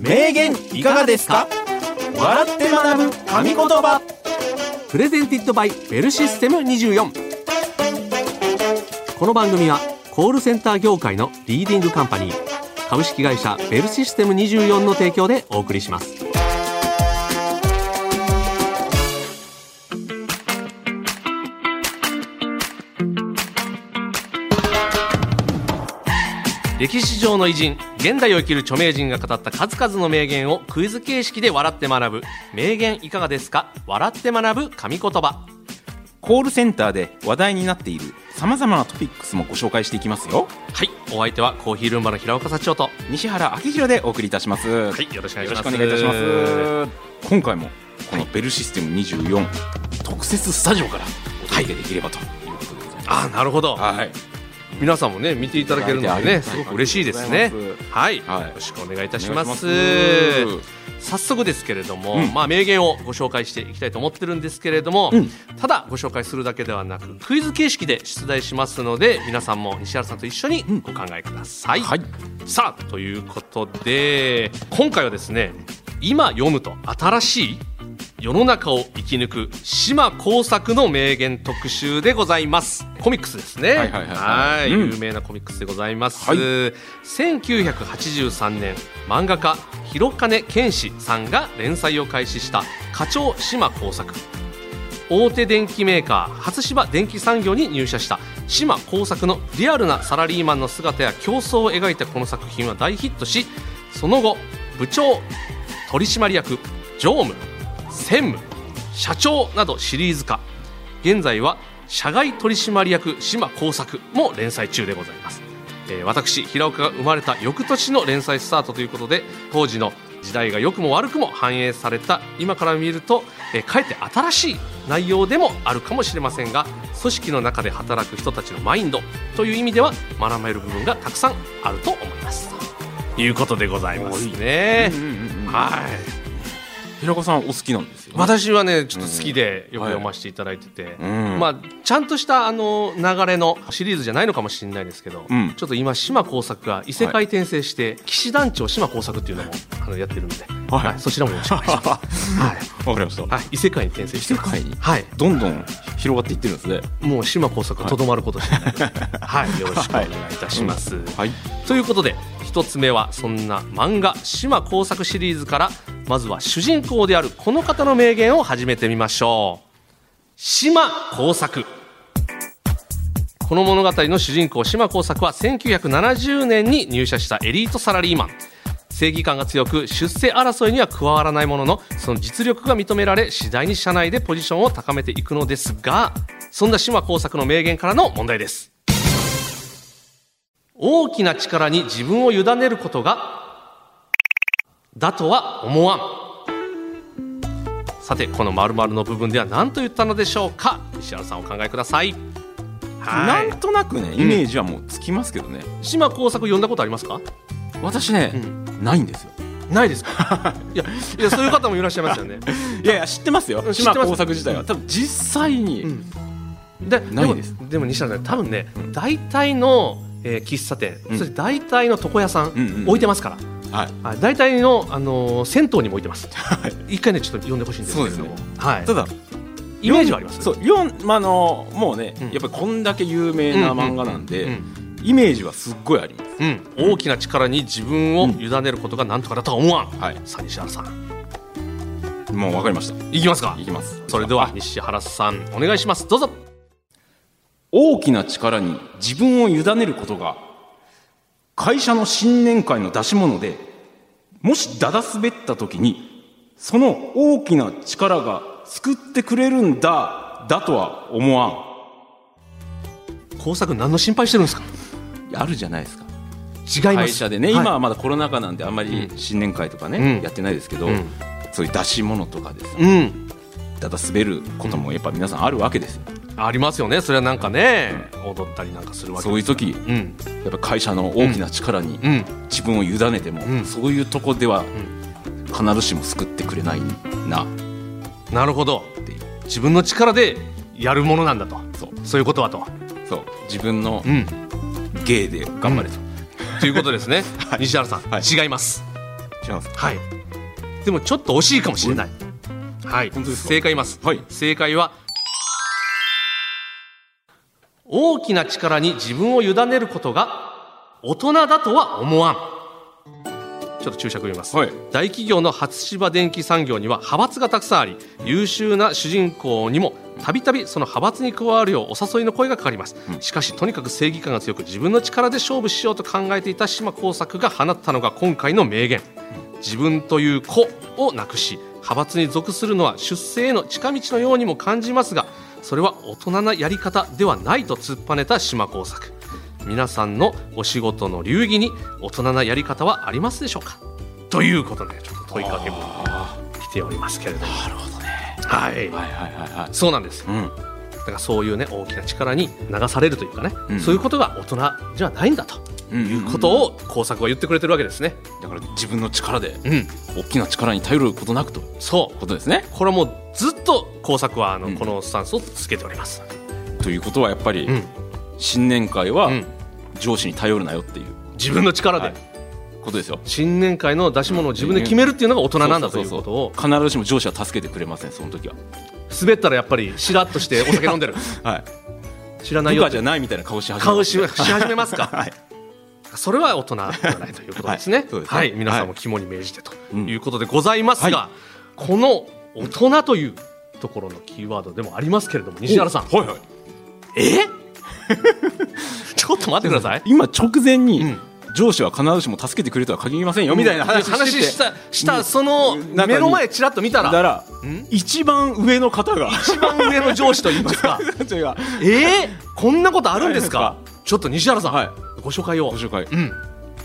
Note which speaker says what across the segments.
Speaker 1: 名言いかがですか笑って学ぶ神言葉
Speaker 2: プレゼンティッドバイベルシステム24この番組はコールセンター業界のリーディングカンパニー株式会社ベルシステム24の提供でお送りします歴史上の偉人現代を生きる著名人が語った数々の名言をクイズ形式で笑って学ぶ名言いかがですか笑って学ぶ神言葉
Speaker 1: コールセンターで話題になっているさまざまなトピックスもご紹介していきますよ
Speaker 2: はいお相手はコーヒールンバの平岡社長と
Speaker 1: 西原明宏でお送りいたします、
Speaker 2: はい、よろしくお願いし
Speaker 1: よ
Speaker 2: ま
Speaker 1: ろし
Speaker 2: す。
Speaker 1: くお願いいたします今回もこのベルシステム24特設スタジオからお届けできればということでございます、
Speaker 2: あ、なるほど。
Speaker 1: はい、
Speaker 2: 皆さんもね、見ていただけるのは
Speaker 1: はい
Speaker 2: ね、すごく嬉しいですね。はい、
Speaker 1: はい
Speaker 2: よろしくお願いいた
Speaker 1: お願い
Speaker 2: し
Speaker 1: し
Speaker 2: ま
Speaker 1: ます
Speaker 2: す。早速ですけれども、
Speaker 1: うん
Speaker 2: まあ名言をご紹介していきたいと思ってるんですけれども、
Speaker 1: うん
Speaker 2: ただご紹介するだけではなく、クイズ形式で出題しますので、皆さんも西原さんと一緒に
Speaker 1: ん
Speaker 2: お考えください。
Speaker 1: はい
Speaker 2: さあということで、今回はですね、今読むと新しい世の中を生き抜く島耕作の名言特集でございます。コミックスですね。
Speaker 1: はいはいはいはい
Speaker 2: はい
Speaker 1: うん
Speaker 2: 有名なコミックスでございます。
Speaker 1: はい
Speaker 2: 1983年、漫画家広金健志さんが連載を開始した課長島耕作。大手電機メーカー初芝電機産業に入社した島耕作のリアルなサラリーマンの姿や競争を描いたこの作品は大ヒットしその後部長取締役常務専務社長などシリーズ化現在は社外取締役島耕作も連載中でございます、えー私平岡が生まれた翌年の連載スタートということで当時の時代が良くも悪くも反映された今から見ると、えーかえって新しい内容でもあるかもしれませんが組織の中で働く人たちのマインドという意味では学べる部分がたくさんあると思いますということでございますね
Speaker 1: うんうんうんうん
Speaker 2: はい
Speaker 1: 平子さんお好きなんですよね、
Speaker 2: 私はねちょっと好きでよく読ませていただいてて、
Speaker 1: うん
Speaker 2: まあ、ちゃんとしたあの流れのシリーズじゃないのかもしれないですけど、
Speaker 1: うん
Speaker 2: ちょっと今島耕作が異世界転生して、騎士団長島耕作っていうのもあのやってるんで、
Speaker 1: はい
Speaker 2: そちらもよろしくお願いしますはい
Speaker 1: わかりました、
Speaker 2: はい、異世界に転生してます
Speaker 1: 異世界に
Speaker 2: はい、
Speaker 1: どんどん広がっていってるんですね
Speaker 2: もう島耕作はとどまることしか ないので、はい、よろしくお願いいたします。
Speaker 1: はい
Speaker 2: ということで一つ目はそんな漫画「島耕作」シリーズからまずは主人公であるこの方の名言を始めてみましょう島耕作この物語の主人公島耕作は1970年に入社したエリートサラリーマン正義感が強く出世争いには加わらないもののその実力が認められ次第に社内でポジションを高めていくのですがそんな島耕作の名言からの問題です大きな力に自分を委ねることがだとは思わんさてこの〇〇の部分では何と言ったのでしょうか石原さんお考えくださいは
Speaker 1: なん
Speaker 2: い
Speaker 1: となくねイメージはもうつきますけどね、
Speaker 2: 島耕作読んだことありますか
Speaker 1: 私ね、ないんですよ
Speaker 2: ないですか いやいやそういう方もいらっしゃいますよ ね
Speaker 1: いやいや知ってますよ
Speaker 2: うん知ってま
Speaker 1: 島
Speaker 2: す
Speaker 1: 工作自体は多分実際に、
Speaker 2: んで
Speaker 1: ないです
Speaker 2: もでも西田さん多分ね、大体の、えー喫茶店、
Speaker 1: うん
Speaker 2: そして大体の床屋さん、
Speaker 1: うんうん
Speaker 2: 置いてますから
Speaker 1: はい
Speaker 2: あ大体の、あのー銭湯にも置いてます、 一回ねちょっと読んでほしいんですけれども、
Speaker 1: そうで
Speaker 2: はい
Speaker 1: た、だ
Speaker 2: イメージはあります
Speaker 1: そう四まああのもうね、
Speaker 2: うん
Speaker 1: やっぱりこんだけ有名な漫画なんで、
Speaker 2: うん
Speaker 1: イメージはすっごいあります
Speaker 2: うん、大きな力に自分を委ねることがなんとかだとは思わん、
Speaker 1: はい
Speaker 2: さあ西原さん
Speaker 1: もうわかりました
Speaker 2: いきますか
Speaker 1: いきます
Speaker 2: それでは
Speaker 1: あ
Speaker 2: 西原さんお願いしますどうぞ
Speaker 1: 大きな力に自分を委ねることが会社の新年会の出し物でもしだだ滑った時にその大きな力が救ってくれるんだだとは思わん
Speaker 2: 工作何の心配してるんですか
Speaker 1: あるじゃないですか
Speaker 2: 違います
Speaker 1: 会社でね、
Speaker 2: はい
Speaker 1: 今はまだコロナ禍なんであんまり
Speaker 2: うん
Speaker 1: 新年会とかね、
Speaker 2: うん
Speaker 1: やってないですけど、
Speaker 2: うん
Speaker 1: そういう出し物とかでさ
Speaker 2: うん
Speaker 1: ただ滑ることもやっぱ皆さんあるわけですよ、
Speaker 2: ありますよねそれはなんかね、踊ったりなんかするわけ
Speaker 1: そういう時
Speaker 2: うん
Speaker 1: やっぱ会社の大きな力に
Speaker 2: うん
Speaker 1: 自分を委ねても、
Speaker 2: ん
Speaker 1: そういうとこでは必ずしも救ってくれないなっ
Speaker 2: なるほど
Speaker 1: ていう
Speaker 2: 自分の力でやるものなんだと
Speaker 1: そう
Speaker 2: そういうことはと
Speaker 1: そう自分の
Speaker 2: うん
Speaker 1: 芸で頑張れと、
Speaker 2: ということですね、西原さん、
Speaker 1: はい
Speaker 2: 違います
Speaker 1: 違うんですか
Speaker 2: はいでもちょっと惜しいかもしれないはい
Speaker 1: 本当ですか
Speaker 2: 正解言います、
Speaker 1: はい
Speaker 2: 正解は大きな力に自分を委ねることが大人だとは思わんちょっと注釈読みます、
Speaker 1: はい
Speaker 2: 大企業の初芝電機産業には派閥がたくさんあり優秀な主人公にもたびたびその派閥に加わるようお誘いの声がかかります、しかしとにかく正義感が強く自分の力で勝負しようと考えていた島耕作が放ったのが今回の名言自分という子をなくし派閥に属するのは出世への近道のようにも感じますがそれは大人なやり方ではないと突っぱねた島耕作皆さんのお仕事の流儀に大人なやり方はありますでしょうかということでちょっと問いかけも来ておりますけれども
Speaker 1: なるほどね
Speaker 2: はい、
Speaker 1: はいはいはいはい
Speaker 2: そうなんです
Speaker 1: うん
Speaker 2: だからそういうね大きな力に流されるというかね、
Speaker 1: うん
Speaker 2: そういうことが大人じゃないんだと
Speaker 1: うん
Speaker 2: いうことを工作は言ってくれてるわけですね
Speaker 1: だから自分の力で
Speaker 2: うん
Speaker 1: 大きな力に頼ることなくという
Speaker 2: そう
Speaker 1: ことですね
Speaker 2: これはもうずっと工作はあの、
Speaker 1: うん
Speaker 2: このスタンスをつけております。
Speaker 1: ということはやっぱり、
Speaker 2: うん、
Speaker 1: 新年会は
Speaker 2: うん
Speaker 1: 上司に頼るなよっていう
Speaker 2: 自分の力で、
Speaker 1: はいことですよ
Speaker 2: 新年会の出し物を自分で決めるっていうのが大人なんだということを
Speaker 1: 必ずしも上司は助けてくれませんその時は
Speaker 2: 滑ったらやっぱりしらっとしてお酒飲んで る
Speaker 1: はい
Speaker 2: 知らない
Speaker 1: 部
Speaker 2: よっ
Speaker 1: 下じ
Speaker 2: て
Speaker 1: ゃないみたいな顔し始めます
Speaker 2: 顔しし始めますか、
Speaker 1: はい
Speaker 2: それは大人ではないということですね
Speaker 1: はいそうですね
Speaker 2: はい皆さんも肝に銘じてと
Speaker 1: うん
Speaker 2: いうことでございますが、この大人というところのキーワードでもありますけれども西原さん
Speaker 1: はいはい
Speaker 2: え ちょっと待ってください
Speaker 1: 今直前に、
Speaker 2: うん
Speaker 1: 上司は必ずしも助けてくれとは限りませんよみたいな話してて
Speaker 2: したしたその
Speaker 1: 中に
Speaker 2: 目の前ちらっと見たら
Speaker 1: だから
Speaker 2: ん
Speaker 1: 一番上の方 が
Speaker 2: 一番上の上司と言います か
Speaker 1: というか
Speaker 2: えー、こんなことあるんです
Speaker 1: あ
Speaker 2: か
Speaker 1: るん
Speaker 2: ちょっと西原さん、
Speaker 1: はい
Speaker 2: ご紹介を
Speaker 1: ご紹介
Speaker 2: うん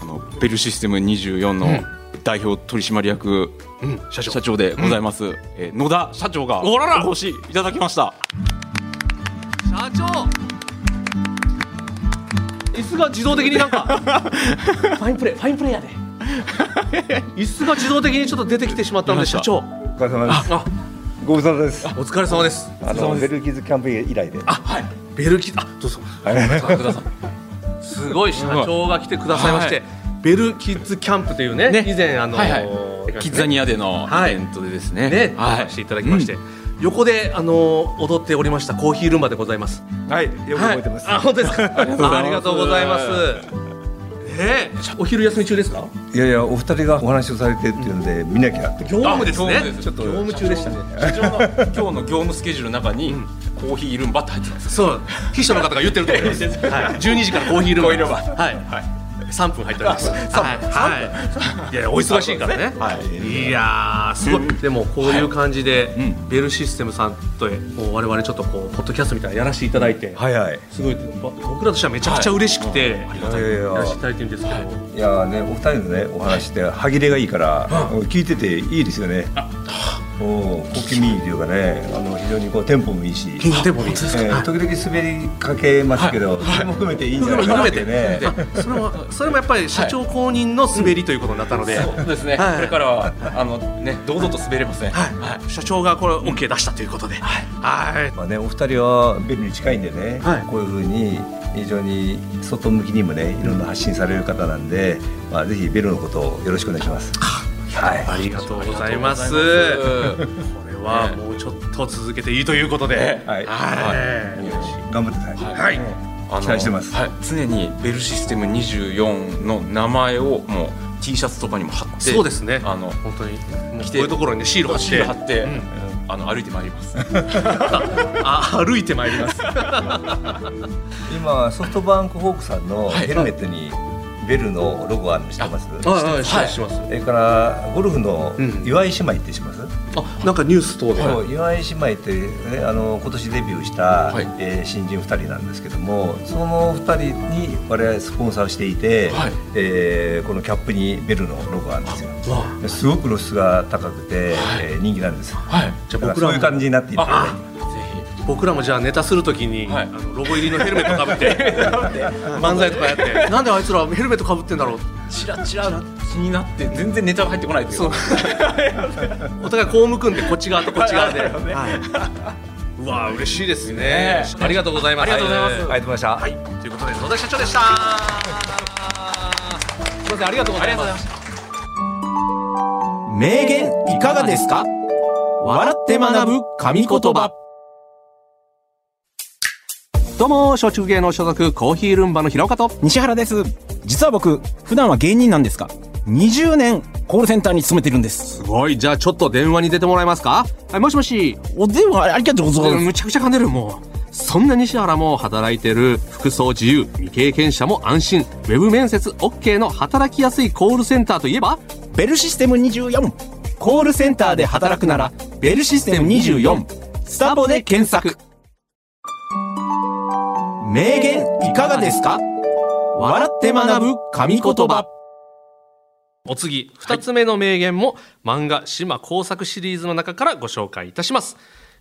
Speaker 1: あのベルシステム24
Speaker 2: う
Speaker 1: の
Speaker 2: ん
Speaker 1: 代表取締役
Speaker 2: うん社長
Speaker 1: 社長でございます、えー野田社長が
Speaker 2: おらら
Speaker 1: お越しいただきました
Speaker 2: 社長椅子が自動的に なんかファインプレーファインプレーやで椅子が自動的にちょっと出てきてしまったので社
Speaker 1: 出ました
Speaker 2: 長
Speaker 3: お疲れ様です。
Speaker 2: あ
Speaker 3: ご無沙汰です。
Speaker 2: お疲れ様です
Speaker 3: あのベルギーズキャンプ以来で。
Speaker 2: あはいベルキあどうぞ
Speaker 3: はい
Speaker 2: くださいすごい社長が来てくださいまして、
Speaker 1: は
Speaker 2: ベルキッズキャンプというね
Speaker 1: ね
Speaker 2: 以前あの、
Speaker 1: はいはいキッザニアでの
Speaker 2: は
Speaker 1: イ
Speaker 2: い
Speaker 1: ベントでですね、
Speaker 2: ね、
Speaker 1: は
Speaker 2: していただきまして、横であの踊っておりましたコーヒールンバでございます。
Speaker 3: はい、よく覚えてます。
Speaker 2: あ、本当ですか。ありがとうございます
Speaker 1: あり。
Speaker 2: ええお昼休み中ですか。
Speaker 3: いやいや、お二人がお話をされてっていうので、見なきゃって。
Speaker 2: 業務です
Speaker 1: あ
Speaker 2: ね
Speaker 1: 業務で。す
Speaker 2: ちょっと業務中でしたね。
Speaker 1: 社長の今日の業務スケジュールの中に、コーヒールンバって入ってます
Speaker 2: そう、秘書の方が言ってると思います。はい、十二時からコーヒールーム。はい。三分入っております。はい。はい。いやいや、お忙しいからね。い。やー、すごい。でも、こういう感じで、
Speaker 1: ん
Speaker 2: ベルシステムさんと、こう我々ちょっとこうポッドキャストみたいなのやらせていただいて。
Speaker 3: はいはい。
Speaker 2: すごい僕らとしてはめちゃくちゃ嬉しくて、や
Speaker 3: いやいや
Speaker 2: らせていただいてるんですけど、
Speaker 3: いやね、お二人のね、お話って歯切れがいいから、聞いてていいですよね。おお、小気味いいというかね、あの非常にこうテンポもいいし。
Speaker 2: でもいいです
Speaker 3: えー時々滑りかけますけど、それも含めていいんじゃないか
Speaker 2: 含
Speaker 3: なっ
Speaker 2: め
Speaker 3: て
Speaker 2: て
Speaker 3: いうね。
Speaker 2: あそれもそれもやっぱり社長公認の滑りということになったので、
Speaker 1: そうですね、
Speaker 2: はい
Speaker 1: これからはあのね堂々と滑れますね、
Speaker 2: はい社長がこれ OK 出したということで、はい
Speaker 3: まあね、お二人はベルに近いんでね、
Speaker 2: はい
Speaker 3: こういうふうに非常に外向きにもねいろんな発信される方なんで、まあ、ぜひベルのことをよろしくお願いします。はい、
Speaker 2: ありがとうございます
Speaker 1: ありがとうございます
Speaker 2: これはもうちょっと続けていいということで
Speaker 1: ね、
Speaker 3: はい
Speaker 2: は
Speaker 3: 頑張ってください。
Speaker 2: はい
Speaker 1: あの
Speaker 3: 期待してます
Speaker 1: はい、常にベルシステム24の名前をもう T シャツとかにも貼って
Speaker 2: そうですね
Speaker 1: あの
Speaker 2: 本当にもうこ
Speaker 1: 来
Speaker 2: う
Speaker 1: て
Speaker 2: いうところにねシールを
Speaker 1: シール
Speaker 2: 貼
Speaker 1: 貼
Speaker 2: って
Speaker 1: って、
Speaker 2: うん
Speaker 1: あの歩いてまいります
Speaker 2: あ歩いてまいります
Speaker 3: 今ソフトバンクホークさんの
Speaker 1: はい
Speaker 3: ヘルメットにベルのロゴあるの知ってます？
Speaker 2: ああ
Speaker 1: します
Speaker 2: します
Speaker 3: それからゴルフの
Speaker 2: うん
Speaker 3: 岩井姉妹ってします？
Speaker 2: あなんかニュース等で
Speaker 3: そう岩井姉妹って、ね、あの今年デビューした、
Speaker 1: はい
Speaker 3: えー新人2人なんですけどもその2人に我々スポンサーをしていて、
Speaker 1: はい
Speaker 3: えーこのキャップにベルのロゴがあるんですよ
Speaker 2: わ
Speaker 3: ですごく露出が高くて、
Speaker 1: はい
Speaker 3: えー人気なんですよ
Speaker 1: はい
Speaker 2: じゃ
Speaker 3: だ
Speaker 2: あ
Speaker 3: か
Speaker 2: 僕ら
Speaker 3: らそう
Speaker 2: も
Speaker 3: いう感じになっていて
Speaker 1: あ
Speaker 2: 僕らもじゃあネタするときに、
Speaker 1: はい
Speaker 2: あのロゴ入りのヘルメットかぶ って漫才とかやってなんであいつらヘルメットかぶってんだろう
Speaker 1: ぜひチラチラ気になって全然ネタが入ってこないという
Speaker 2: そうお互いこう向くんでこっち側とこっち側 で、はい、うわー嬉しいですね
Speaker 1: ねえ
Speaker 2: ありがとうございます
Speaker 1: ありがとうございます
Speaker 3: ありがとうございました、
Speaker 2: はい、ということで野田社長でしたすみませんありがとうございました
Speaker 1: 名言いかがですか笑って学ぶ神言葉
Speaker 2: どうも小中芸能所属コーヒールンバの平岡と
Speaker 1: 西原です実は僕普段は芸人なんですが20年コールセンターに勤めてるんです
Speaker 2: すごいじゃあちょっと電話に出てもらえますかはいもしもし
Speaker 1: お電話ありがとうございます
Speaker 2: むちゃくちゃ噛んでるもうそんな西原も働いてる服装自由未経験者も安心ウェブ面接 OK の働きやすいコールセンターといえば
Speaker 1: ベルシステム24コールセンターで働くならベルシステム24スタボで検索名言いかがですか笑って学ぶ神言葉
Speaker 2: お次、二つ目の名言も、漫画島工作シリーズの中からご紹介いたします。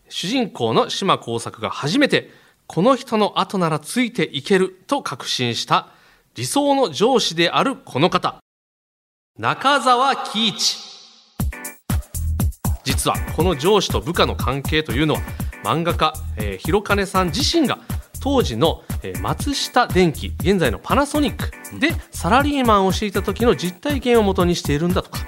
Speaker 2: 主人公の島工作が初めて、この人の後ならついていけると確信した、理想の上司であるこの方。中澤貴一。実は、この上司と部下の関係というのは、漫画家、えー、広金さん自身が、当時の、えー松下電器、現在のパナソニックでサラリーマンをしていた時の実体験をもとにしているんだとか。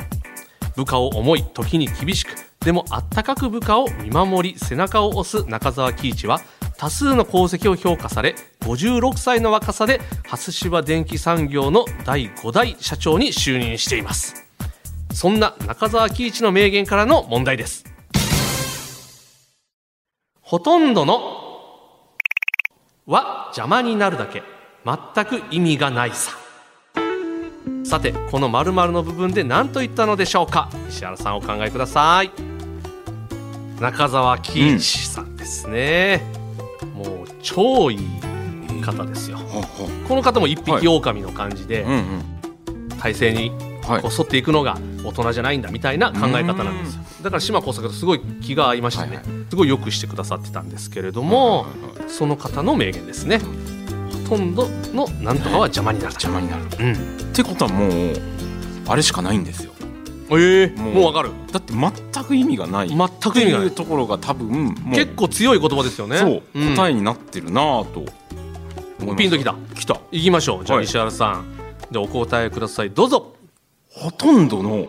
Speaker 2: 部下を思い時に厳しくでもあったかく部下を見守り背中を押す中澤貴一は多数の功績を評価され56歳の若さで初芝電機産業の第5代社長に就任していますそんな中澤貴一の名言からの問題ですほとんどのは邪魔になるだけ全く意味がないささてこの〇〇の部分で何と言ったのでしょうか石原さんお考えください中澤貴一さんですね、もう超いい方ですよこの方も一匹狼の感じで、
Speaker 1: うんうん
Speaker 2: 体制に
Speaker 1: はい
Speaker 2: こう沿っていくのが大人じゃないんだみたいな考え方なんですよだから島耕作とすごい気が合いましてね、
Speaker 1: はい
Speaker 2: すごいよくしてくださってたんですけれども、その方の名言ですねほとんどの何とかは邪魔になる
Speaker 1: 邪魔になるっ
Speaker 2: うん
Speaker 1: てことはもうあれしかないんですよ
Speaker 2: ええ
Speaker 1: もう
Speaker 2: もうわかる
Speaker 1: だって全く意味がない
Speaker 2: 全く意味がな
Speaker 1: って
Speaker 2: い
Speaker 1: いうところが多分もう
Speaker 2: 結構強い言葉ですよね
Speaker 1: そう、
Speaker 2: ん
Speaker 1: 答えになってるなぁと思いました
Speaker 2: ピンときた
Speaker 1: きた
Speaker 2: いきましょうじゃあ
Speaker 1: はい
Speaker 2: 石原さん、でお答えくださいどうぞ
Speaker 1: ほとんどの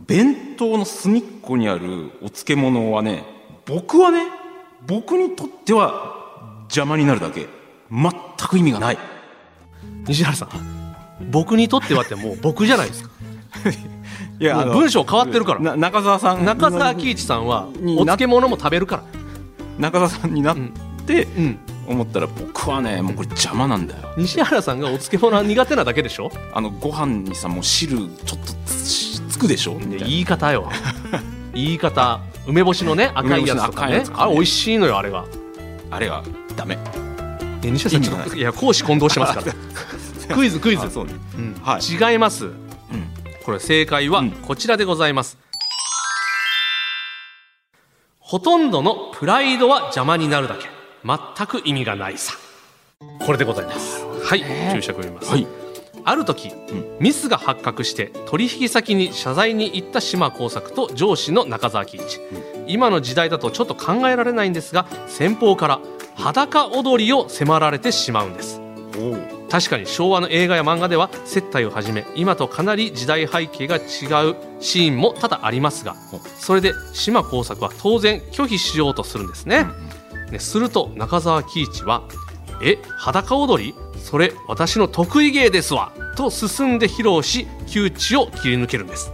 Speaker 1: 弁当の隅っこにあるお漬物はね僕はね僕にとっては邪魔になるだけ全く意味がない
Speaker 2: 西原さん僕にとってはってもう僕じゃないですか
Speaker 1: い
Speaker 2: もう
Speaker 1: あの
Speaker 2: 文章変わってるから
Speaker 1: な中澤さん
Speaker 2: 中澤貴一さんはお
Speaker 1: にな
Speaker 2: 漬物も食べるから
Speaker 1: 中澤さんになって、
Speaker 2: うん
Speaker 1: 思ったら僕はねもうこれ邪魔なんだよ
Speaker 2: 西原さんがお漬物は苦手なだけでしょ
Speaker 1: あのご飯にさもう汁ちょっとつつくでしょみたいな
Speaker 2: 言い方 よ言い方梅干しのね赤いやつとか
Speaker 1: 梅干しの赤いや
Speaker 2: ね
Speaker 1: つとかね
Speaker 2: あれ美味しいのよあれが
Speaker 1: あれがダ メ
Speaker 2: え西原さん
Speaker 1: 意味
Speaker 2: ちょ
Speaker 1: が
Speaker 2: っ
Speaker 1: ない
Speaker 2: といや講師混同してますから クイズクイズ
Speaker 1: あそうね
Speaker 2: うん
Speaker 1: はい
Speaker 2: 違います、これ正解は
Speaker 1: うん
Speaker 2: こちらでございます、ほとんどのプライドは邪魔になるだけ全く意味がないさこれでございますはい注釈読みます、
Speaker 1: はい
Speaker 2: ある時、ミスが発覚して取引先に謝罪に行った島耕作と上司の中澤貴一、今の時代だとちょっと考えられないんですが先方から裸踊りを迫られてしまうんです
Speaker 1: おう
Speaker 2: 確かに昭和の映画や漫画では接待をはじめ今とかなり時代背景が違うシーンも多々ありますがそれで島耕作は当然拒否しようとするんですねねすると中澤貴一は「え裸踊りそれ私の得意芸ですわ」と進んで披露し窮地を切り抜けるんです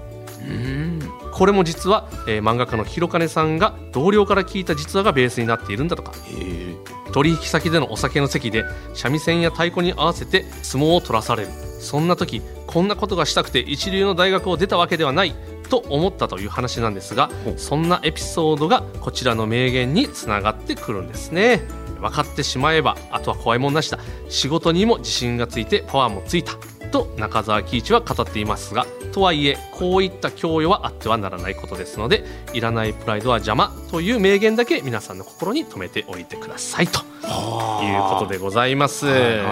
Speaker 2: これも実は、えー漫画家の広金さんが同僚から聞いた実話がベースになっているんだとか
Speaker 1: へえ
Speaker 2: 取引先でのお酒の席で三味線や太鼓に合わせて相撲を取らされるそんな時こんなことがしたくて一流の大学を出たわけではないと思ったという話なんですが
Speaker 1: ほう
Speaker 2: そんなエピソードがこちらの名言につながってくるんですね分かってしまえばあとは怖いもんなしだ仕事にも自信がついてパワーもついたと中澤貴一は語っていますがとはいえこういった供与はあってはならないことですのでいらないプライドは邪魔という名言だけ皆さんの心に留めておいてくださいとということでございます。
Speaker 1: はいはいはい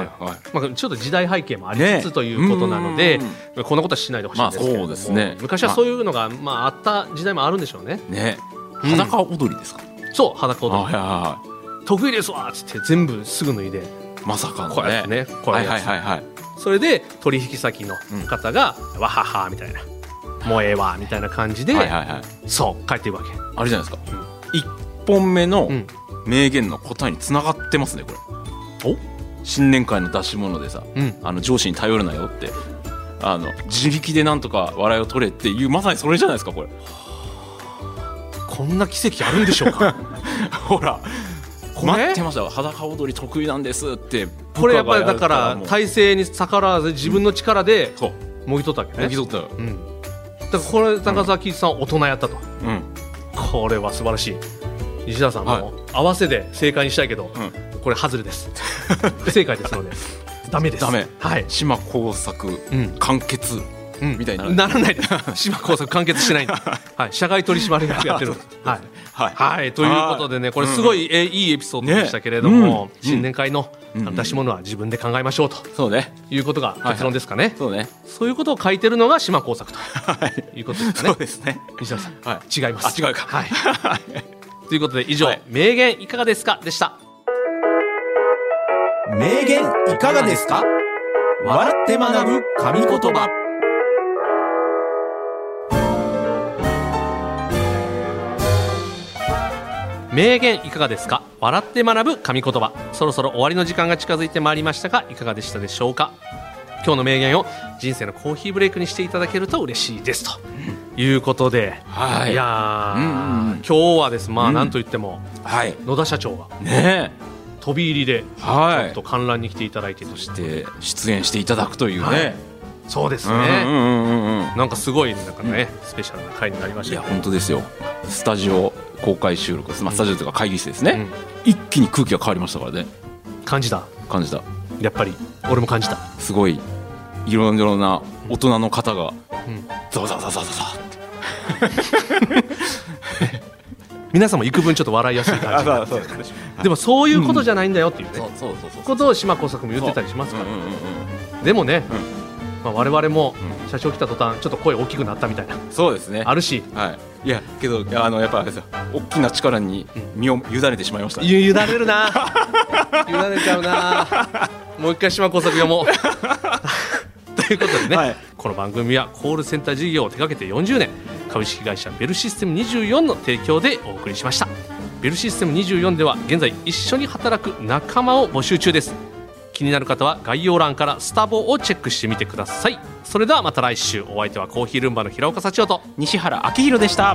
Speaker 2: まあ、ちょっと時代背景もあり
Speaker 1: ね
Speaker 2: つつということなので、こんなことはしないでほしいんですけれども、
Speaker 1: まあそうですね
Speaker 2: 昔はそういうのが、まあ、あった時代もあるんでしょうね。
Speaker 1: ね
Speaker 2: うん
Speaker 1: 裸踊りですか、
Speaker 2: そう、裸
Speaker 1: あ
Speaker 2: 踊
Speaker 1: はい
Speaker 2: り、
Speaker 1: は
Speaker 2: 得意ですわっつって、全部すぐ脱いで、
Speaker 1: いはいまさかのね
Speaker 2: こうやってね、こう
Speaker 1: は
Speaker 2: やっ
Speaker 1: い
Speaker 2: て、
Speaker 1: はいはいはい
Speaker 2: それで取引先の方が、わははみたいな。もうええわみたいな感じで、
Speaker 1: はいはいはい
Speaker 2: そう帰っていくわけ
Speaker 1: あれじゃないですか1本目の
Speaker 2: うん
Speaker 1: 名言の答えにつながってますねこれ新年会の出し物でさ、
Speaker 2: うん
Speaker 1: あの上司に頼るなよってあの自力でなんとか笑いを取れっていうまさにそれじゃないですかこれ
Speaker 2: こんな奇跡あるんでしょうか
Speaker 1: ほら
Speaker 2: これ
Speaker 1: 待ってました裸踊り得意なんですって
Speaker 2: これやっぱりだから
Speaker 1: 部下がやる
Speaker 2: 体制に逆らわず自分の力で
Speaker 1: そう
Speaker 2: もぎ取ったわけね、
Speaker 1: 抜き取ったよ
Speaker 2: うん、だからこれ中澤貴一さんは大人やったと、
Speaker 1: うん
Speaker 2: これは素晴らしい西田さん
Speaker 1: はい
Speaker 2: も合わせで正解にしたいけど、これ外れです不正解ですのでダメです
Speaker 1: ダメ
Speaker 2: はい、
Speaker 1: 島耕作
Speaker 2: うん
Speaker 1: 完結
Speaker 2: うん
Speaker 1: みたいになる
Speaker 2: ならないです島耕作完結してないんで、はい、社外取締役やってるんではい
Speaker 1: はい
Speaker 2: はい、ということでね、これすごい、えいいエピソードでしたけれど
Speaker 1: ね
Speaker 2: も、
Speaker 1: うん
Speaker 2: 新年会の、
Speaker 1: うん
Speaker 2: あの出し物は自分で考えましょうと
Speaker 1: そうね
Speaker 2: いうことが結論ですかね、
Speaker 1: そうね
Speaker 2: そういうことを書いてるのが島耕作ということですかね
Speaker 1: そうですね
Speaker 2: 西田さん、
Speaker 1: はい
Speaker 2: 違います
Speaker 1: あ違うか
Speaker 2: はいということで以上、
Speaker 1: はい
Speaker 2: 名言いかがですかでした
Speaker 4: 名言いかがですか笑って学ぶ神言葉
Speaker 2: 名言いかがですか笑って学ぶ神言葉そろそろ終わりの時間が近づいてまいりましたがいかがでしたでしょうか今日の名言を人生のコーヒーブレイクにしていただけると嬉しいですということで、
Speaker 1: はい
Speaker 2: や
Speaker 1: うんうん
Speaker 2: ー、
Speaker 1: うん
Speaker 2: 今日はですまあ
Speaker 1: うん
Speaker 2: なんといっても
Speaker 1: はい
Speaker 2: 野田社長が
Speaker 1: ね
Speaker 2: 飛び入りで
Speaker 1: えは
Speaker 2: と観覧に来ていただいてとして、
Speaker 1: で出演していただくというね、
Speaker 2: はいそうです
Speaker 1: う
Speaker 2: ね、
Speaker 1: んうんうんうんうん
Speaker 2: なんかすごいなんかね、スペシャルな回になりまし
Speaker 1: い
Speaker 2: た
Speaker 1: や
Speaker 2: よ
Speaker 1: 本当ですよスタジオ公開収録まあスタジオというか会議室ですね、
Speaker 2: うん
Speaker 1: 一気に空気が変わりましたからね
Speaker 2: 感じた
Speaker 1: 感じた
Speaker 2: やっぱり俺も感じた、
Speaker 1: すごいいろいろな大人の方が
Speaker 2: うん
Speaker 1: ざわざわざわざわざわって
Speaker 2: 皆さんも幾分ちょっと笑いやすい感じになってる感じでもそういうことじゃないんだよっていうね、
Speaker 1: そうそうそう
Speaker 2: ことを島耕作も言ってたりしますから、
Speaker 1: うんうんうん
Speaker 2: でもね、
Speaker 1: うん
Speaker 2: まあ、我々も
Speaker 1: う
Speaker 2: 社長来た途端ちょっと声大きくなったみたいな
Speaker 1: そうですね
Speaker 2: あるし
Speaker 1: はいいやけどいやあのやっぱあれですよ大きな力に身を委ねてしまいました、
Speaker 2: ゆ委ねるな 委ねちゃうなもう一回島耕作読もう ということでね、
Speaker 1: はい
Speaker 2: この番組はコールセンター事業を手掛けて40年株式会社ベルシステム24の提供でお送りしましたベルシステム24では現在一緒に働く仲間を募集中です気になる方は概要欄からスタボをチェックしてみてくださいそれではまた来週お相手はコーヒールンバの平岡幸男と
Speaker 1: 西原明宏でした